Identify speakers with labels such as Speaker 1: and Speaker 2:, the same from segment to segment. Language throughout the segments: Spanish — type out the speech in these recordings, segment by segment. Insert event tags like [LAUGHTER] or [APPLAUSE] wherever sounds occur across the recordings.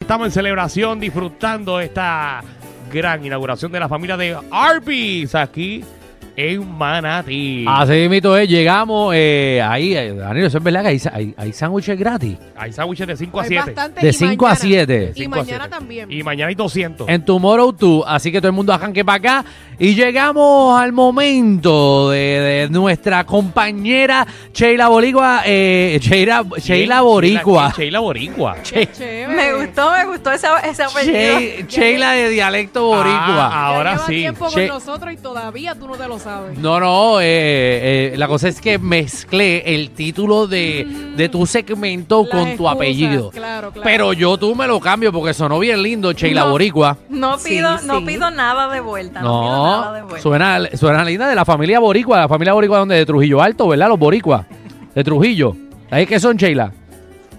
Speaker 1: estamos en celebración, disfrutando esta gran inauguración de la familia de Arby's aquí en Manatí.
Speaker 2: Así mito es, llegamos eh, ahí, eh, Danilo, eso es verdad que hay sa- hay hay sándwiches gratis.
Speaker 1: Hay sándwiches de 5 a
Speaker 3: Hay
Speaker 1: 7.
Speaker 3: bastante
Speaker 2: De
Speaker 3: y
Speaker 2: cinco a
Speaker 3: mañana.
Speaker 2: siete.
Speaker 3: Y
Speaker 1: Cinco a
Speaker 3: mañana
Speaker 1: siete.
Speaker 3: también.
Speaker 1: Y mañana hay 200.
Speaker 2: En Tomorrow 2, así que todo el mundo arranque para acá. Y llegamos al momento de, de nuestra compañera Sheila Boricua. Eh, Sheila, Sheila Boricua.
Speaker 1: Sheila Boricua.
Speaker 3: Qué chévere.
Speaker 4: Me gustó, me gustó esa, esa apellido.
Speaker 2: She- Sheila de dialecto boricua.
Speaker 1: Ah, ahora
Speaker 3: ya lleva
Speaker 1: sí.
Speaker 3: tiempo con
Speaker 2: Che-
Speaker 3: nosotros y todavía tú no te lo sabes.
Speaker 2: No, no, eh, eh, la cosa es que mezclé el título de, de tu segmento
Speaker 3: Las
Speaker 2: con tu
Speaker 3: excusas,
Speaker 2: apellido.
Speaker 3: Claro, claro.
Speaker 2: Pero yo tú me lo cambio porque sonó bien lindo, Sheila
Speaker 4: No.
Speaker 2: Boricua.
Speaker 4: No pido,
Speaker 3: Sí, sí.
Speaker 4: no pido nada de vuelta. No, pido nada de
Speaker 2: No,
Speaker 4: vuelta.
Speaker 2: suena, suena linda de la familia boricua, la familia boricua donde de Trujillo Alto, ¿verdad? Los boricua, de Trujillo. Ahí que son, Sheila.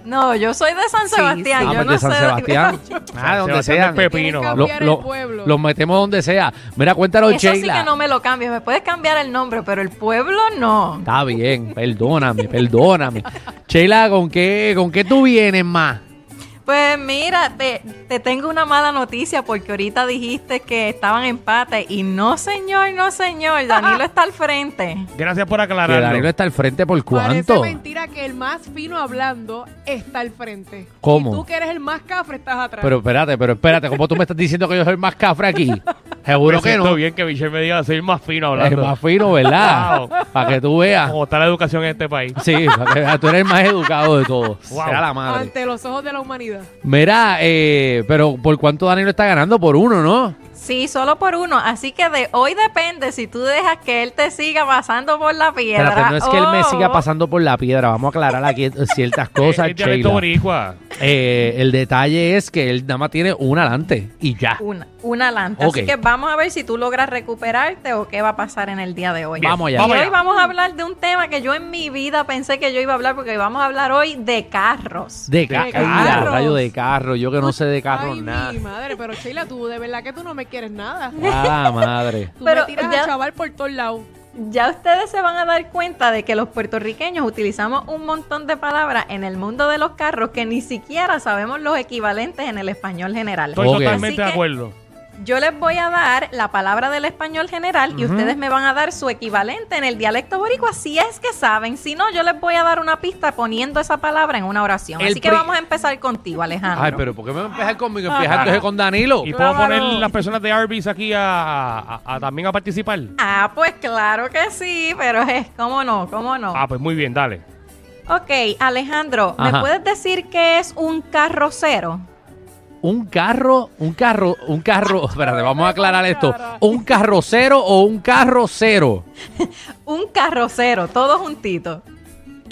Speaker 4: No, yo soy de San
Speaker 3: Sí,
Speaker 4: Sebastián.
Speaker 3: sí.
Speaker 2: Ah,
Speaker 4: yo
Speaker 2: pues
Speaker 4: no
Speaker 2: de San
Speaker 4: sé- [LAUGHS]
Speaker 2: Sebastián. Ah, donde
Speaker 1: Sebastián
Speaker 2: sea.
Speaker 1: del
Speaker 3: Tienes
Speaker 1: Pepino.
Speaker 3: que
Speaker 1: vamos.
Speaker 2: Lo-
Speaker 3: cambiar
Speaker 2: lo-
Speaker 3: el pueblo.
Speaker 2: los metemos donde sea. Mira, cuéntanos,
Speaker 4: Eso sí
Speaker 2: Sheila.
Speaker 4: que no me lo cambies. Me puedes cambiar el nombre, pero el pueblo no.
Speaker 2: Está bien, perdóname, perdóname. Sheila, ¿con qué, ¿con qué tú vienes más?
Speaker 4: Pues mira, te, te tengo una mala noticia porque ahorita dijiste que estaban empate y no señor, no
Speaker 2: [LAUGHS]
Speaker 4: señor, Danilo está al frente.
Speaker 1: Gracias por
Speaker 2: Que Danilo
Speaker 1: aclararlo.
Speaker 2: está al frente por
Speaker 3: Parece
Speaker 2: cuánto.
Speaker 3: mentira que el más fino hablando está al frente.
Speaker 2: ¿Cómo?
Speaker 3: Y tú que eres el más cafre estás atrás.
Speaker 2: Pero espérate, pero espérate, ¿cómo tú me estás diciendo que yo soy más cafre [LAUGHS] aquí? Seguro
Speaker 1: Me
Speaker 2: que
Speaker 1: siento
Speaker 2: no.
Speaker 1: bien que Michelle me diga soy el más fino
Speaker 2: Es
Speaker 1: hablando.
Speaker 2: más fino, ¿verdad?
Speaker 1: Wow.
Speaker 2: Para que tú veas.
Speaker 1: Como está la educación en este país.
Speaker 2: Sí, [LAUGHS] para que veas, tú eres el más educado de todos.
Speaker 1: Wow.
Speaker 2: Sea la madre.
Speaker 3: ante los ojos de la humanidad.
Speaker 2: Mira, eh, pero ¿por cuánto Danilo está ganando? Por uno, ¿no?
Speaker 4: Sí, solo por uno. Así que de hoy depende si tú dejas que él te siga pasando por la piedra. Oh.
Speaker 2: Espérate, no es que él me
Speaker 4: o-
Speaker 2: siga pasando por la piedra. Vamos a aclarar aquí ciertas
Speaker 1: Es
Speaker 2: cosas,
Speaker 1: el dialecto
Speaker 2: Sheila.
Speaker 1: boricua.
Speaker 2: Eh, el detalle es que él nada más tiene una alante y ya.
Speaker 4: Una, una lanta.
Speaker 2: Ok.
Speaker 4: Así que vamos a ver si tú logras recuperarte o qué va a pasar en el día de hoy.
Speaker 2: Vamos allá.
Speaker 4: Y
Speaker 1: Vamos
Speaker 4: hoy
Speaker 1: allá.
Speaker 4: vamos a hablar de un tema que yo en mi vida pensé que yo iba a hablar porque vamos a hablar hoy de carros.
Speaker 2: De, ca-
Speaker 3: De
Speaker 2: Ay,
Speaker 4: carros.
Speaker 2: rayo de carro. Yo que no sé de carro
Speaker 3: Ay,
Speaker 2: nada.
Speaker 3: mi madre, pero Sheila, tú de verdad que tú no me quieres nada.
Speaker 2: Ah, madre.
Speaker 3: Tú me
Speaker 4: Pero
Speaker 3: tiras
Speaker 4: ya-
Speaker 3: a chaval por todos lados.
Speaker 4: Ya ustedes se van a dar cuenta de que los puertorriqueños utilizamos un montón de palabras en el mundo de los carros que ni siquiera sabemos los equivalentes en el español general.
Speaker 1: Estoy
Speaker 2: Ok.
Speaker 4: Así
Speaker 1: totalmente
Speaker 4: que
Speaker 1: de acuerdo.
Speaker 4: Yo les voy a dar la palabra del español general y ustedes me van a dar su equivalente en el dialecto boricua si es que saben. Si no, yo les voy a dar una pista poniendo esa palabra en una oración.
Speaker 2: El
Speaker 4: Así que
Speaker 2: pri-
Speaker 4: vamos a empezar contigo, Alejandro.
Speaker 2: Ay, pero ¿por qué me empiezas conmigo? Empieza entonces con Danilo.
Speaker 1: ¿Y puedo
Speaker 4: Claro.
Speaker 1: poner las personas de Arby's aquí a, a- a- también a participar?
Speaker 4: Ah, pues claro que sí, pero es, ¿cómo no? ¿Cómo no?
Speaker 1: Ah, pues muy bien, dale.
Speaker 4: Ok, Alejandro,
Speaker 2: Ajá.
Speaker 4: ¿me puedes decir qué es un carrocero?
Speaker 2: un carro, un carro, un carro. [LAUGHS] Espérate, vamos a aclarar esto. ¿Un carrocero o un carrocero?
Speaker 4: Un carrocero, todo juntito.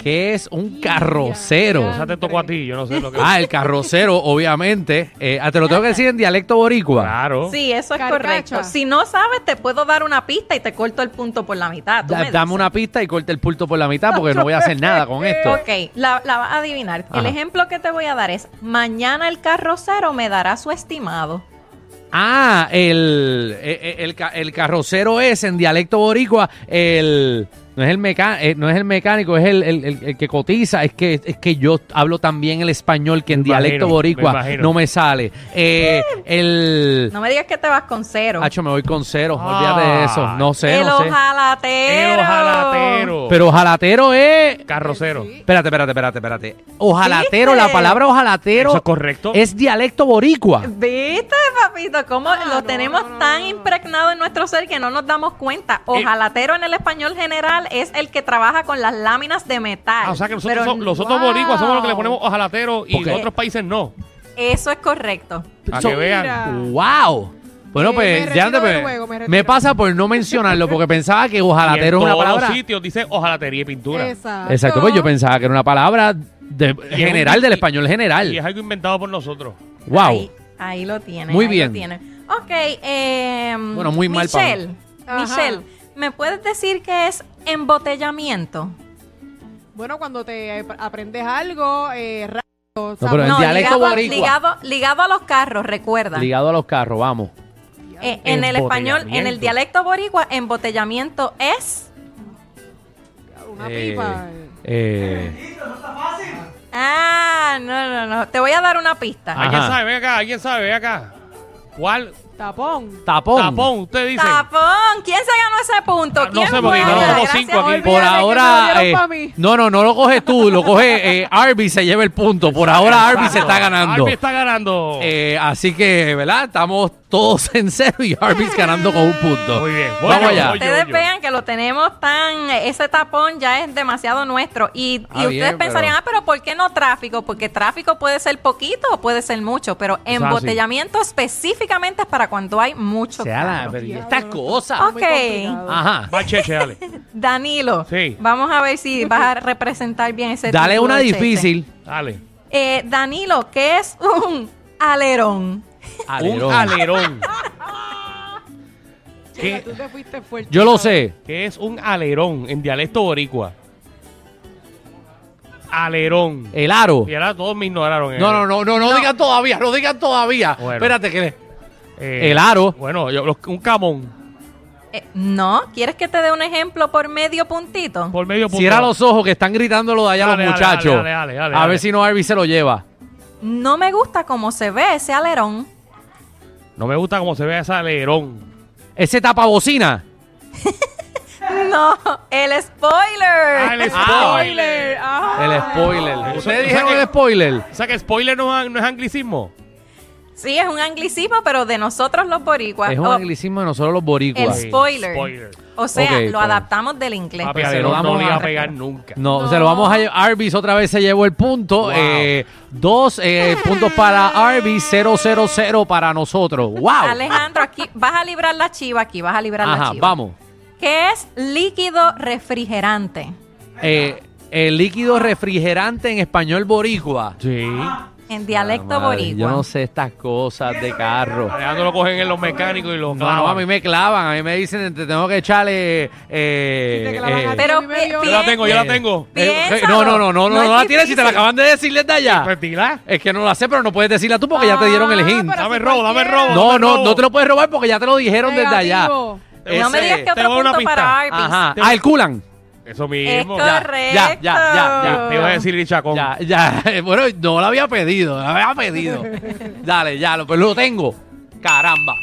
Speaker 2: ¿Qué es un carrocero?
Speaker 1: O sea, te tocó a ti, yo no sé lo que...
Speaker 2: Ah, el carrocero, obviamente. Eh, ah, te lo tengo que decir en dialecto boricua.
Speaker 1: Claro.
Speaker 4: Sí, eso es
Speaker 3: Carcacha.
Speaker 4: correcto. Si no sabes, te puedo dar una pista y te corto el punto por la mitad. Tú
Speaker 2: Da-
Speaker 4: me
Speaker 2: dame
Speaker 4: dices.
Speaker 2: una pista y corta el pulto por la mitad porque no voy a hacer nada
Speaker 4: [LAUGHS]
Speaker 2: con esto.
Speaker 4: Ok, la, la vas a adivinar. El
Speaker 2: Ajá.
Speaker 4: ejemplo que te voy a dar es, mañana el carrocero me dará su estimado.
Speaker 2: Ah, el, el, el ca- el carrocero es en dialecto boricua el... No es, el meca- eh, no es el mecánico, es el, el- el- el que cotiza. Es que, es que yo hablo también el español que en
Speaker 1: Me imagino,
Speaker 2: dialecto
Speaker 1: me
Speaker 2: boricua
Speaker 1: imagino.
Speaker 2: no me sale.
Speaker 4: [LAUGHS]
Speaker 2: Eh, el...
Speaker 4: No me digas que te vas con cero.
Speaker 2: Hacho, me voy con cero.
Speaker 1: Ah.
Speaker 2: Olvídate de eso. No sé,
Speaker 4: el
Speaker 2: no sé.
Speaker 4: ojalatero.
Speaker 1: El ojalatero.
Speaker 2: Pero ojalatero es...
Speaker 1: Carrocero.
Speaker 3: Sí.
Speaker 2: Espérate, espérate, espérate, espérate. Ojalatero, la
Speaker 4: ¿Viste?
Speaker 2: palabra ojalatero
Speaker 1: ¿Eso es correcto?
Speaker 2: es dialecto boricua.
Speaker 4: ¿Viste, papito? Cómo
Speaker 3: Ah,
Speaker 4: lo
Speaker 3: no,
Speaker 4: tenemos
Speaker 3: no, no,
Speaker 4: tan
Speaker 3: no, no.
Speaker 4: impregnado en nuestro ser que no nos damos cuenta. Ojalatero en el español general es el que trabaja con las láminas de metal.
Speaker 1: Ah, o sea que nosotros,
Speaker 4: Pero
Speaker 1: so- los otros
Speaker 3: wow.
Speaker 1: boricuas somos los que le ponemos ojalatero y
Speaker 2: Porque-
Speaker 1: otros países no.
Speaker 4: Eso es correcto.
Speaker 1: A
Speaker 2: So-
Speaker 1: que vean.
Speaker 3: Mira.
Speaker 2: ¡Wow! Bueno,
Speaker 3: Eh, me
Speaker 2: pues,
Speaker 3: retiro
Speaker 2: ya antes,
Speaker 3: del
Speaker 2: pues,
Speaker 3: juego, me retiro.
Speaker 2: me pasa por no mencionarlo, porque pensaba que ojalatero
Speaker 1: y
Speaker 2: es
Speaker 1: en
Speaker 2: una
Speaker 1: todos
Speaker 2: palabra.
Speaker 1: los sitios dice ojalatería y pintura.
Speaker 3: Exacto.
Speaker 2: Exacto, pues yo pensaba que era una palabra de-
Speaker 1: Y es
Speaker 2: general,
Speaker 1: un-
Speaker 2: del
Speaker 1: y-
Speaker 2: español
Speaker 1: Y es
Speaker 2: general.
Speaker 1: algo inventado por nosotros.
Speaker 2: ¡Wow!
Speaker 4: Ahí, ahí lo tiene.
Speaker 2: Muy
Speaker 4: ahí
Speaker 2: bien.
Speaker 4: Lo tiene. Ok. eh,
Speaker 2: Bueno, muy mal para
Speaker 4: Michelle,
Speaker 3: Ajá.
Speaker 4: Michelle, ¿me puedes decir qué es embotellamiento?
Speaker 3: Bueno, cuando te eh, aprendes algo, eh, rápido,
Speaker 2: No, pero en dialecto
Speaker 4: ligado, a-
Speaker 2: boricua.
Speaker 4: Ligado, ligado a los carros, recuerda.
Speaker 2: Ligado a los carros, vamos.
Speaker 4: Eh, en el español, en el
Speaker 1: Embotellamiento.
Speaker 4: dialecto boricua, embotellamiento es...
Speaker 3: una
Speaker 2: Eh,
Speaker 3: pipa.
Speaker 2: eh,
Speaker 4: Ah, no, no, no. Te voy a dar una pista.
Speaker 2: Ah,
Speaker 1: ¿Alguien
Speaker 2: Ajá.
Speaker 1: sabe? Ven acá, ¿alguien sabe? Ven acá. ¿Cuál
Speaker 3: Tapón.
Speaker 2: Tapón.
Speaker 1: tapón usted dice?
Speaker 4: Tapón, ¿quién se ganó ese punto?
Speaker 1: Ah, no
Speaker 4: ¿Quién
Speaker 1: sé,
Speaker 4: fue?
Speaker 1: porque tenemos como
Speaker 4: Gracias,
Speaker 1: cinco aquí.
Speaker 4: Olvi.
Speaker 2: Por
Speaker 3: Fíjate que me lo
Speaker 2: ahora.
Speaker 3: dieron
Speaker 2: eh,
Speaker 3: pa' mí.
Speaker 2: no, no, no lo coges tú, lo coge eh, Arby, se lleva el punto. Por ahora Arby se está ganando.
Speaker 1: Arby está ganando.
Speaker 2: Eh, así que, ¿verdad? Estamos todos [LAUGHS] en cero y Arby's ganando con un punto.
Speaker 1: Muy bien.
Speaker 2: Vamos
Speaker 1: Bueno,
Speaker 2: allá.
Speaker 1: oye,
Speaker 4: Ustedes
Speaker 1: yo.
Speaker 4: vean que lo tenemos tan. Ese tapón ya es demasiado nuestro. Y, y
Speaker 2: Ah, bien,
Speaker 4: ustedes
Speaker 2: pero-
Speaker 4: pensarían, ah, pero ¿por qué no tráfico? Porque tráfico puede ser poquito o puede ser mucho, pero embotellamiento específicamente es para cuando hay mucho.
Speaker 2: Sea la-
Speaker 4: carro.
Speaker 2: pero y
Speaker 3: Diablo,
Speaker 2: estas
Speaker 3: no,
Speaker 2: cosas.
Speaker 3: está muy
Speaker 4: Ok.
Speaker 3: complicado.
Speaker 2: Ajá.
Speaker 1: Va, Cheche, dale.
Speaker 4: Danilo,
Speaker 1: Sí.
Speaker 4: vamos a ver si vas a representar bien ese
Speaker 2: Dale
Speaker 4: título
Speaker 2: una
Speaker 4: de chiste.
Speaker 2: difícil.
Speaker 1: Dale.
Speaker 4: Eh, Danilo, ¿qué es un alerón?
Speaker 1: Un alerón.
Speaker 3: Chica,
Speaker 1: ¿Qué,
Speaker 3: tú te fuiste fuerte.
Speaker 2: Yo lo sé.
Speaker 1: qué es un alerón en dialecto boricua? Alerón.
Speaker 2: El aro.
Speaker 1: Y ahora todos me ignoraron. eh.
Speaker 2: No, no, no, no, no digan todavía, no digan todavía.
Speaker 1: Bueno.
Speaker 2: Espérate que.
Speaker 1: Eh,
Speaker 2: El aro.
Speaker 1: Bueno, yo- los- un camón.
Speaker 4: Eh, no, ¿quieres que te dé un ejemplo por medio puntito?
Speaker 1: Por medio punto.
Speaker 2: Cierra los ojos que están gritándolo de allá
Speaker 1: Dale,
Speaker 2: los
Speaker 1: dale,
Speaker 2: muchachos.
Speaker 1: dale, dale, dale,
Speaker 2: a
Speaker 1: dale.
Speaker 2: ver si no Arby se lo lleva.
Speaker 4: No me gusta cómo se ve ese alerón.
Speaker 1: No me gusta cómo se ve ese alerón.
Speaker 2: Ese tapabocina.
Speaker 4: No, el spoiler.
Speaker 1: Ah, el
Speaker 3: Spoiler. Ah.
Speaker 2: El spoiler.
Speaker 1: Eso-
Speaker 2: Ustedes
Speaker 1: o sea
Speaker 2: dijeron
Speaker 1: que-
Speaker 2: el spoiler.
Speaker 1: O sea que spoiler no, es an- no es anglicismo.
Speaker 4: Sí, es un anglicismo, pero de nosotros los boricuas.
Speaker 2: Es un
Speaker 4: O-
Speaker 2: anglicismo de nosotros los boricuas.
Speaker 4: El spoiler.
Speaker 1: Spoiler.
Speaker 4: O sea,
Speaker 2: Ok,
Speaker 4: lo
Speaker 2: pues.
Speaker 4: adaptamos del inglés.
Speaker 1: Papi,
Speaker 2: se lo
Speaker 1: alerón no
Speaker 2: vamos
Speaker 1: le iba
Speaker 2: a
Speaker 1: a
Speaker 2: respetar.
Speaker 1: pegar nunca.
Speaker 2: No,
Speaker 3: No.
Speaker 2: se lo vamos a llevar. Arby's otra vez se llevó el punto.
Speaker 1: Wow.
Speaker 2: Eh, dos eh, puntos para Arby's, 0 0 0 para nosotros. ¡Wow!
Speaker 4: Alejandro, aquí vas a librar la chiva, aquí vas a librar la
Speaker 2: Ajá,
Speaker 4: chiva.
Speaker 2: vamos.
Speaker 4: ¿Qué es líquido refrigerante?
Speaker 2: Eh, el líquido refrigerante en español boricua.
Speaker 1: Sí.
Speaker 4: En dialecto
Speaker 2: Ah, madre,
Speaker 4: boricua.
Speaker 2: Yo no sé estas cosas de carro.
Speaker 1: Alejandro lo cogen en los mecánicos y lo
Speaker 2: No, no, a
Speaker 1: clavan.
Speaker 2: mí me clavan, a mí me dicen, te tengo que echarle... eh,
Speaker 3: Sí, te clavan
Speaker 2: eh,
Speaker 3: a ti.
Speaker 4: Pero
Speaker 3: A mí me dio-
Speaker 4: pi-
Speaker 1: Yo la
Speaker 4: pi-
Speaker 1: tengo, yo la tengo.
Speaker 2: eh, eh, no,
Speaker 4: piénsalo.
Speaker 2: no, no, no, no,
Speaker 4: es
Speaker 2: no la tienes si te la
Speaker 4: difícil.
Speaker 2: acaban de decir desde allá.
Speaker 1: Retila.
Speaker 2: Es que no la sé, pero no puedes decirla tú porque ya te dieron el
Speaker 3: Ah,
Speaker 2: hint.
Speaker 3: pero
Speaker 1: Dame
Speaker 3: si
Speaker 1: robo, dame robo.
Speaker 3: cualquiera.
Speaker 2: No,
Speaker 1: te
Speaker 2: no,
Speaker 1: robo.
Speaker 2: no te lo puedes robar porque ya te lo dijeron desde allá.
Speaker 3: Negativo.
Speaker 4: No me
Speaker 2: Ese-
Speaker 4: digas que
Speaker 1: te
Speaker 4: otro
Speaker 1: voy a una
Speaker 4: punto
Speaker 1: pista.
Speaker 4: para Arby's.
Speaker 2: Ajá. Ah, el culan.
Speaker 1: Eso
Speaker 4: Es
Speaker 1: mismo. Ya,
Speaker 4: correcto.
Speaker 2: ya, ya, ya.
Speaker 1: ya. Te iba a decir Richacón.
Speaker 2: Ya, ya. [LAUGHS] Bueno, no lo había pedido, lo había pedido. Dale, ya, lo, pues lo tengo. Caramba.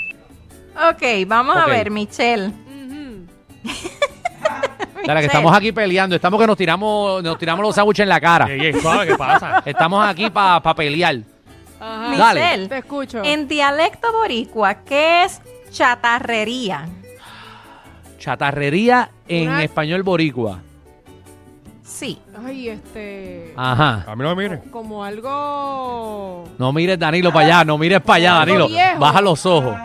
Speaker 4: Ok, vamos
Speaker 2: Ok.
Speaker 4: a ver, Michelle.
Speaker 3: Ujú.
Speaker 2: Dale, que estamos aquí peleando, estamos que nos tiramos, nos tiramos los sándwiches en la cara.
Speaker 1: Ey, ey, suave, ¿qué pasa?
Speaker 2: Estamos aquí para pelear.
Speaker 3: Ajá.
Speaker 2: Mi- Dale.
Speaker 4: Michelle,
Speaker 3: Ah, Te escucho.
Speaker 4: en dialecto boricua, ¿qué es chatarrería?
Speaker 2: Chatarrería en
Speaker 3: Una-
Speaker 2: español boricua.
Speaker 4: Sí.
Speaker 3: Ay, este.
Speaker 2: Ajá.
Speaker 1: A mí no me miren.
Speaker 3: Como algo.
Speaker 2: No mires, Danilo, para allá. No mires para allá, Danilo.
Speaker 3: Algo viejo.
Speaker 2: Baja los ojos.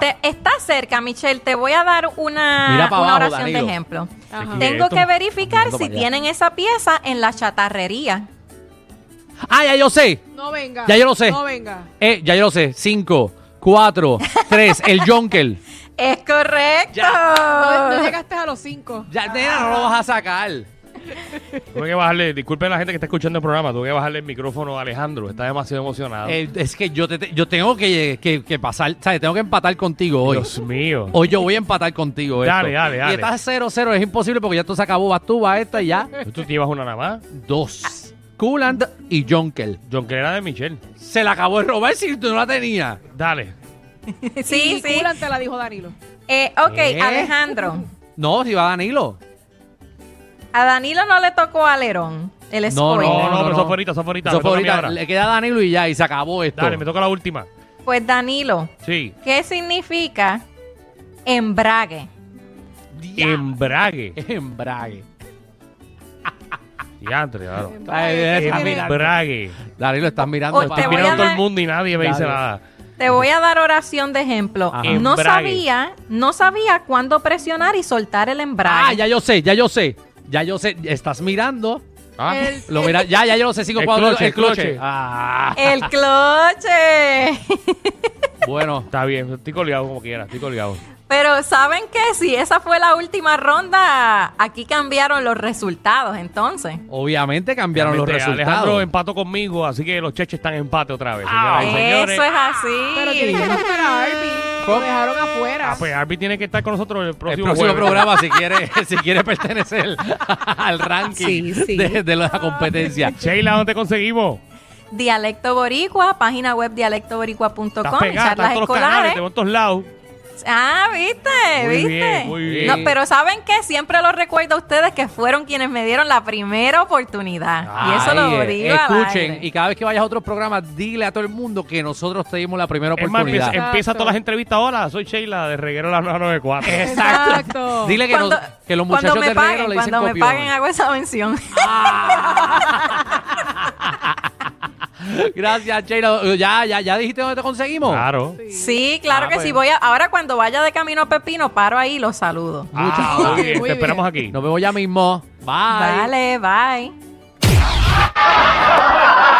Speaker 4: Te, está cerca, Michelle. Te voy a dar una,
Speaker 2: Mira pa'
Speaker 4: una
Speaker 2: abajo,
Speaker 4: oración
Speaker 2: Danilo.
Speaker 4: de ejemplo.
Speaker 3: Ajá.
Speaker 1: Te-
Speaker 4: Tengo
Speaker 1: Quieto.
Speaker 4: que verificar
Speaker 2: Mirando
Speaker 4: si
Speaker 2: pa' allá.
Speaker 4: tienen esa pieza en la chatarrería.
Speaker 2: Ah, ya yo sé.
Speaker 3: No venga.
Speaker 2: Ya yo lo sé.
Speaker 3: No venga.
Speaker 2: Eh, ya yo lo sé. Cinco, cuatro, tres. El Jonkel.
Speaker 4: Es correcto. [LAUGHS]
Speaker 3: No, no llegaste a los cinco.
Speaker 2: Ya, nena, no lo vas a sacar.
Speaker 1: Tuve que bajarle, disculpen a la gente que está escuchando el programa, tuve que bajarle el micrófono a Alejandro, está demasiado emocionado.
Speaker 2: Eh, es que yo, te- te- yo tengo que, que- que pasar, ¿sabes? Tengo que empatar contigo hoy.
Speaker 1: Dios mío.
Speaker 2: Hoy yo voy a empatar contigo. esto.
Speaker 1: Dale, dale, dale.
Speaker 2: Y estás 0-0, es imposible porque ya tú se acabó. Vas tú, vas esta y ya.
Speaker 1: Pues Tú te llevas una nada más.
Speaker 2: Dos. Coolant y Jonkel.
Speaker 1: John que era de Michelle.
Speaker 2: Se la acabó de robar si tú no la tenías.
Speaker 1: Dale.
Speaker 4: sí,
Speaker 3: Y
Speaker 4: sí.
Speaker 3: Culan te la dijo Danilo.
Speaker 4: Eh, ok,
Speaker 2: ¿Eh?
Speaker 4: Alejandro.
Speaker 2: No, si va Danilo.
Speaker 4: A Danilo no le tocó alerón. El
Speaker 2: No,
Speaker 1: No,
Speaker 4: spoiler.
Speaker 1: no,
Speaker 2: no,
Speaker 1: pero
Speaker 2: no.
Speaker 1: eso fue ahorita, eso fue ahorita.
Speaker 2: Eso
Speaker 1: me
Speaker 2: fue
Speaker 1: toca a mí
Speaker 2: ahorita.
Speaker 1: ahora.
Speaker 2: Le queda a Danilo y ya, y se acabó esto.
Speaker 1: Dale, me toca la última.
Speaker 4: Pues Danilo,
Speaker 1: Sí.
Speaker 4: ¿qué significa embrague?
Speaker 2: Ya.
Speaker 1: Embrague.
Speaker 2: Embrague.
Speaker 1: Diantre, claro.
Speaker 2: Ay,
Speaker 3: ¿Qué
Speaker 2: esa,
Speaker 3: tiene?
Speaker 2: mira.
Speaker 1: Embrague.
Speaker 2: Danilo, estás mirando.
Speaker 4: Oh,
Speaker 2: para-
Speaker 4: te voy
Speaker 1: Mira
Speaker 4: a
Speaker 1: a todo el
Speaker 4: dar-
Speaker 1: mundo y nadie me dice
Speaker 2: Dale.
Speaker 1: nada.
Speaker 4: Te voy a dar oración de ejemplo.
Speaker 2: Ajá.
Speaker 4: No
Speaker 1: Embrague.
Speaker 4: sabía, no sabía cuándo presionar y soltar el embrague.
Speaker 2: Ah, ya yo sé, ya yo sé. Ya yo sé. Estás mirando.
Speaker 1: Ah,
Speaker 3: El-
Speaker 2: Lo mira, ya, ya yo lo sé. Cinco,
Speaker 1: El
Speaker 2: cuatro,
Speaker 1: cloche,
Speaker 2: el
Speaker 1: el cloche.
Speaker 2: cloche. Ah,
Speaker 4: El
Speaker 2: [LAUGHS]
Speaker 4: cloche.
Speaker 2: bueno.
Speaker 1: está bien, estoy colgado como quiera, estoy colgado.
Speaker 4: Pero ¿saben qué? Si esa fue la última ronda, aquí cambiaron los resultados entonces.
Speaker 2: Obviamente cambiaron los
Speaker 1: Realmente,
Speaker 2: resultados.
Speaker 1: Alejandro empató conmigo, así que los cheches están en empate otra vez.
Speaker 2: Ah,
Speaker 1: señores y señores.
Speaker 4: Eso es así.
Speaker 3: Pero tiene que no fuera Arby. Lo
Speaker 2: Fox.
Speaker 3: dejaron afuera.
Speaker 1: Ah, pues Arby tiene que estar con nosotros el
Speaker 2: El
Speaker 1: próximo,
Speaker 2: próximo
Speaker 1: jueves.
Speaker 2: programa, si quiere, [LAUGHS] si quiere pertenecer al ranking
Speaker 5: Sí, sí.
Speaker 2: De, de la competencia.
Speaker 1: Sheila, ¿dónde te conseguimos?
Speaker 4: Dialecto Boricua, página web dialectoboricua.com,
Speaker 1: Estás pegada, estás
Speaker 4: charlas
Speaker 1: en todos los canales,
Speaker 4: escolares.
Speaker 1: te veo en todos lados.
Speaker 4: Ah, viste,
Speaker 1: Muy
Speaker 4: viste.
Speaker 1: bien, muy bien.
Speaker 4: No, pero saben que siempre los recuerdo a ustedes que fueron quienes me dieron la primera oportunidad. [LAUGHS] y eso
Speaker 2: Ay,
Speaker 4: lo
Speaker 2: eh,
Speaker 4: digo. al
Speaker 2: Escuchen,
Speaker 4: aire.
Speaker 2: y cada vez que vayas a otros programas, dile a todo el mundo que nosotros te dimos la primera
Speaker 1: Es más, empieza,
Speaker 2: oportunidad.
Speaker 1: empieza
Speaker 3: Exacto.
Speaker 1: todas las entrevistas. Hola, soy Sheila de Reguero la 994.
Speaker 3: Exacto.
Speaker 2: dile que,
Speaker 4: Cuando-
Speaker 2: nos- que los
Speaker 4: cuando
Speaker 2: muchachos
Speaker 4: me
Speaker 2: de
Speaker 4: paguen,
Speaker 2: reguero le dicen
Speaker 4: cuando me
Speaker 2: copión.
Speaker 4: paguen hago esa mención.
Speaker 2: [LAUGHS] Gracias, Sheila. Ya, ya, ya dijiste dónde te conseguimos.
Speaker 1: Claro.
Speaker 4: Sí, claro
Speaker 2: Ah,
Speaker 4: que
Speaker 2: pues.
Speaker 4: sí. Voy a- ahora cuando vaya de camino a Pepino, paro ahí y los saludo.
Speaker 1: Ah, muy bien,
Speaker 3: muy
Speaker 1: te
Speaker 3: bien.
Speaker 1: esperamos aquí.
Speaker 2: Nos vemos ya mismo. Bye.
Speaker 4: Vale, bye.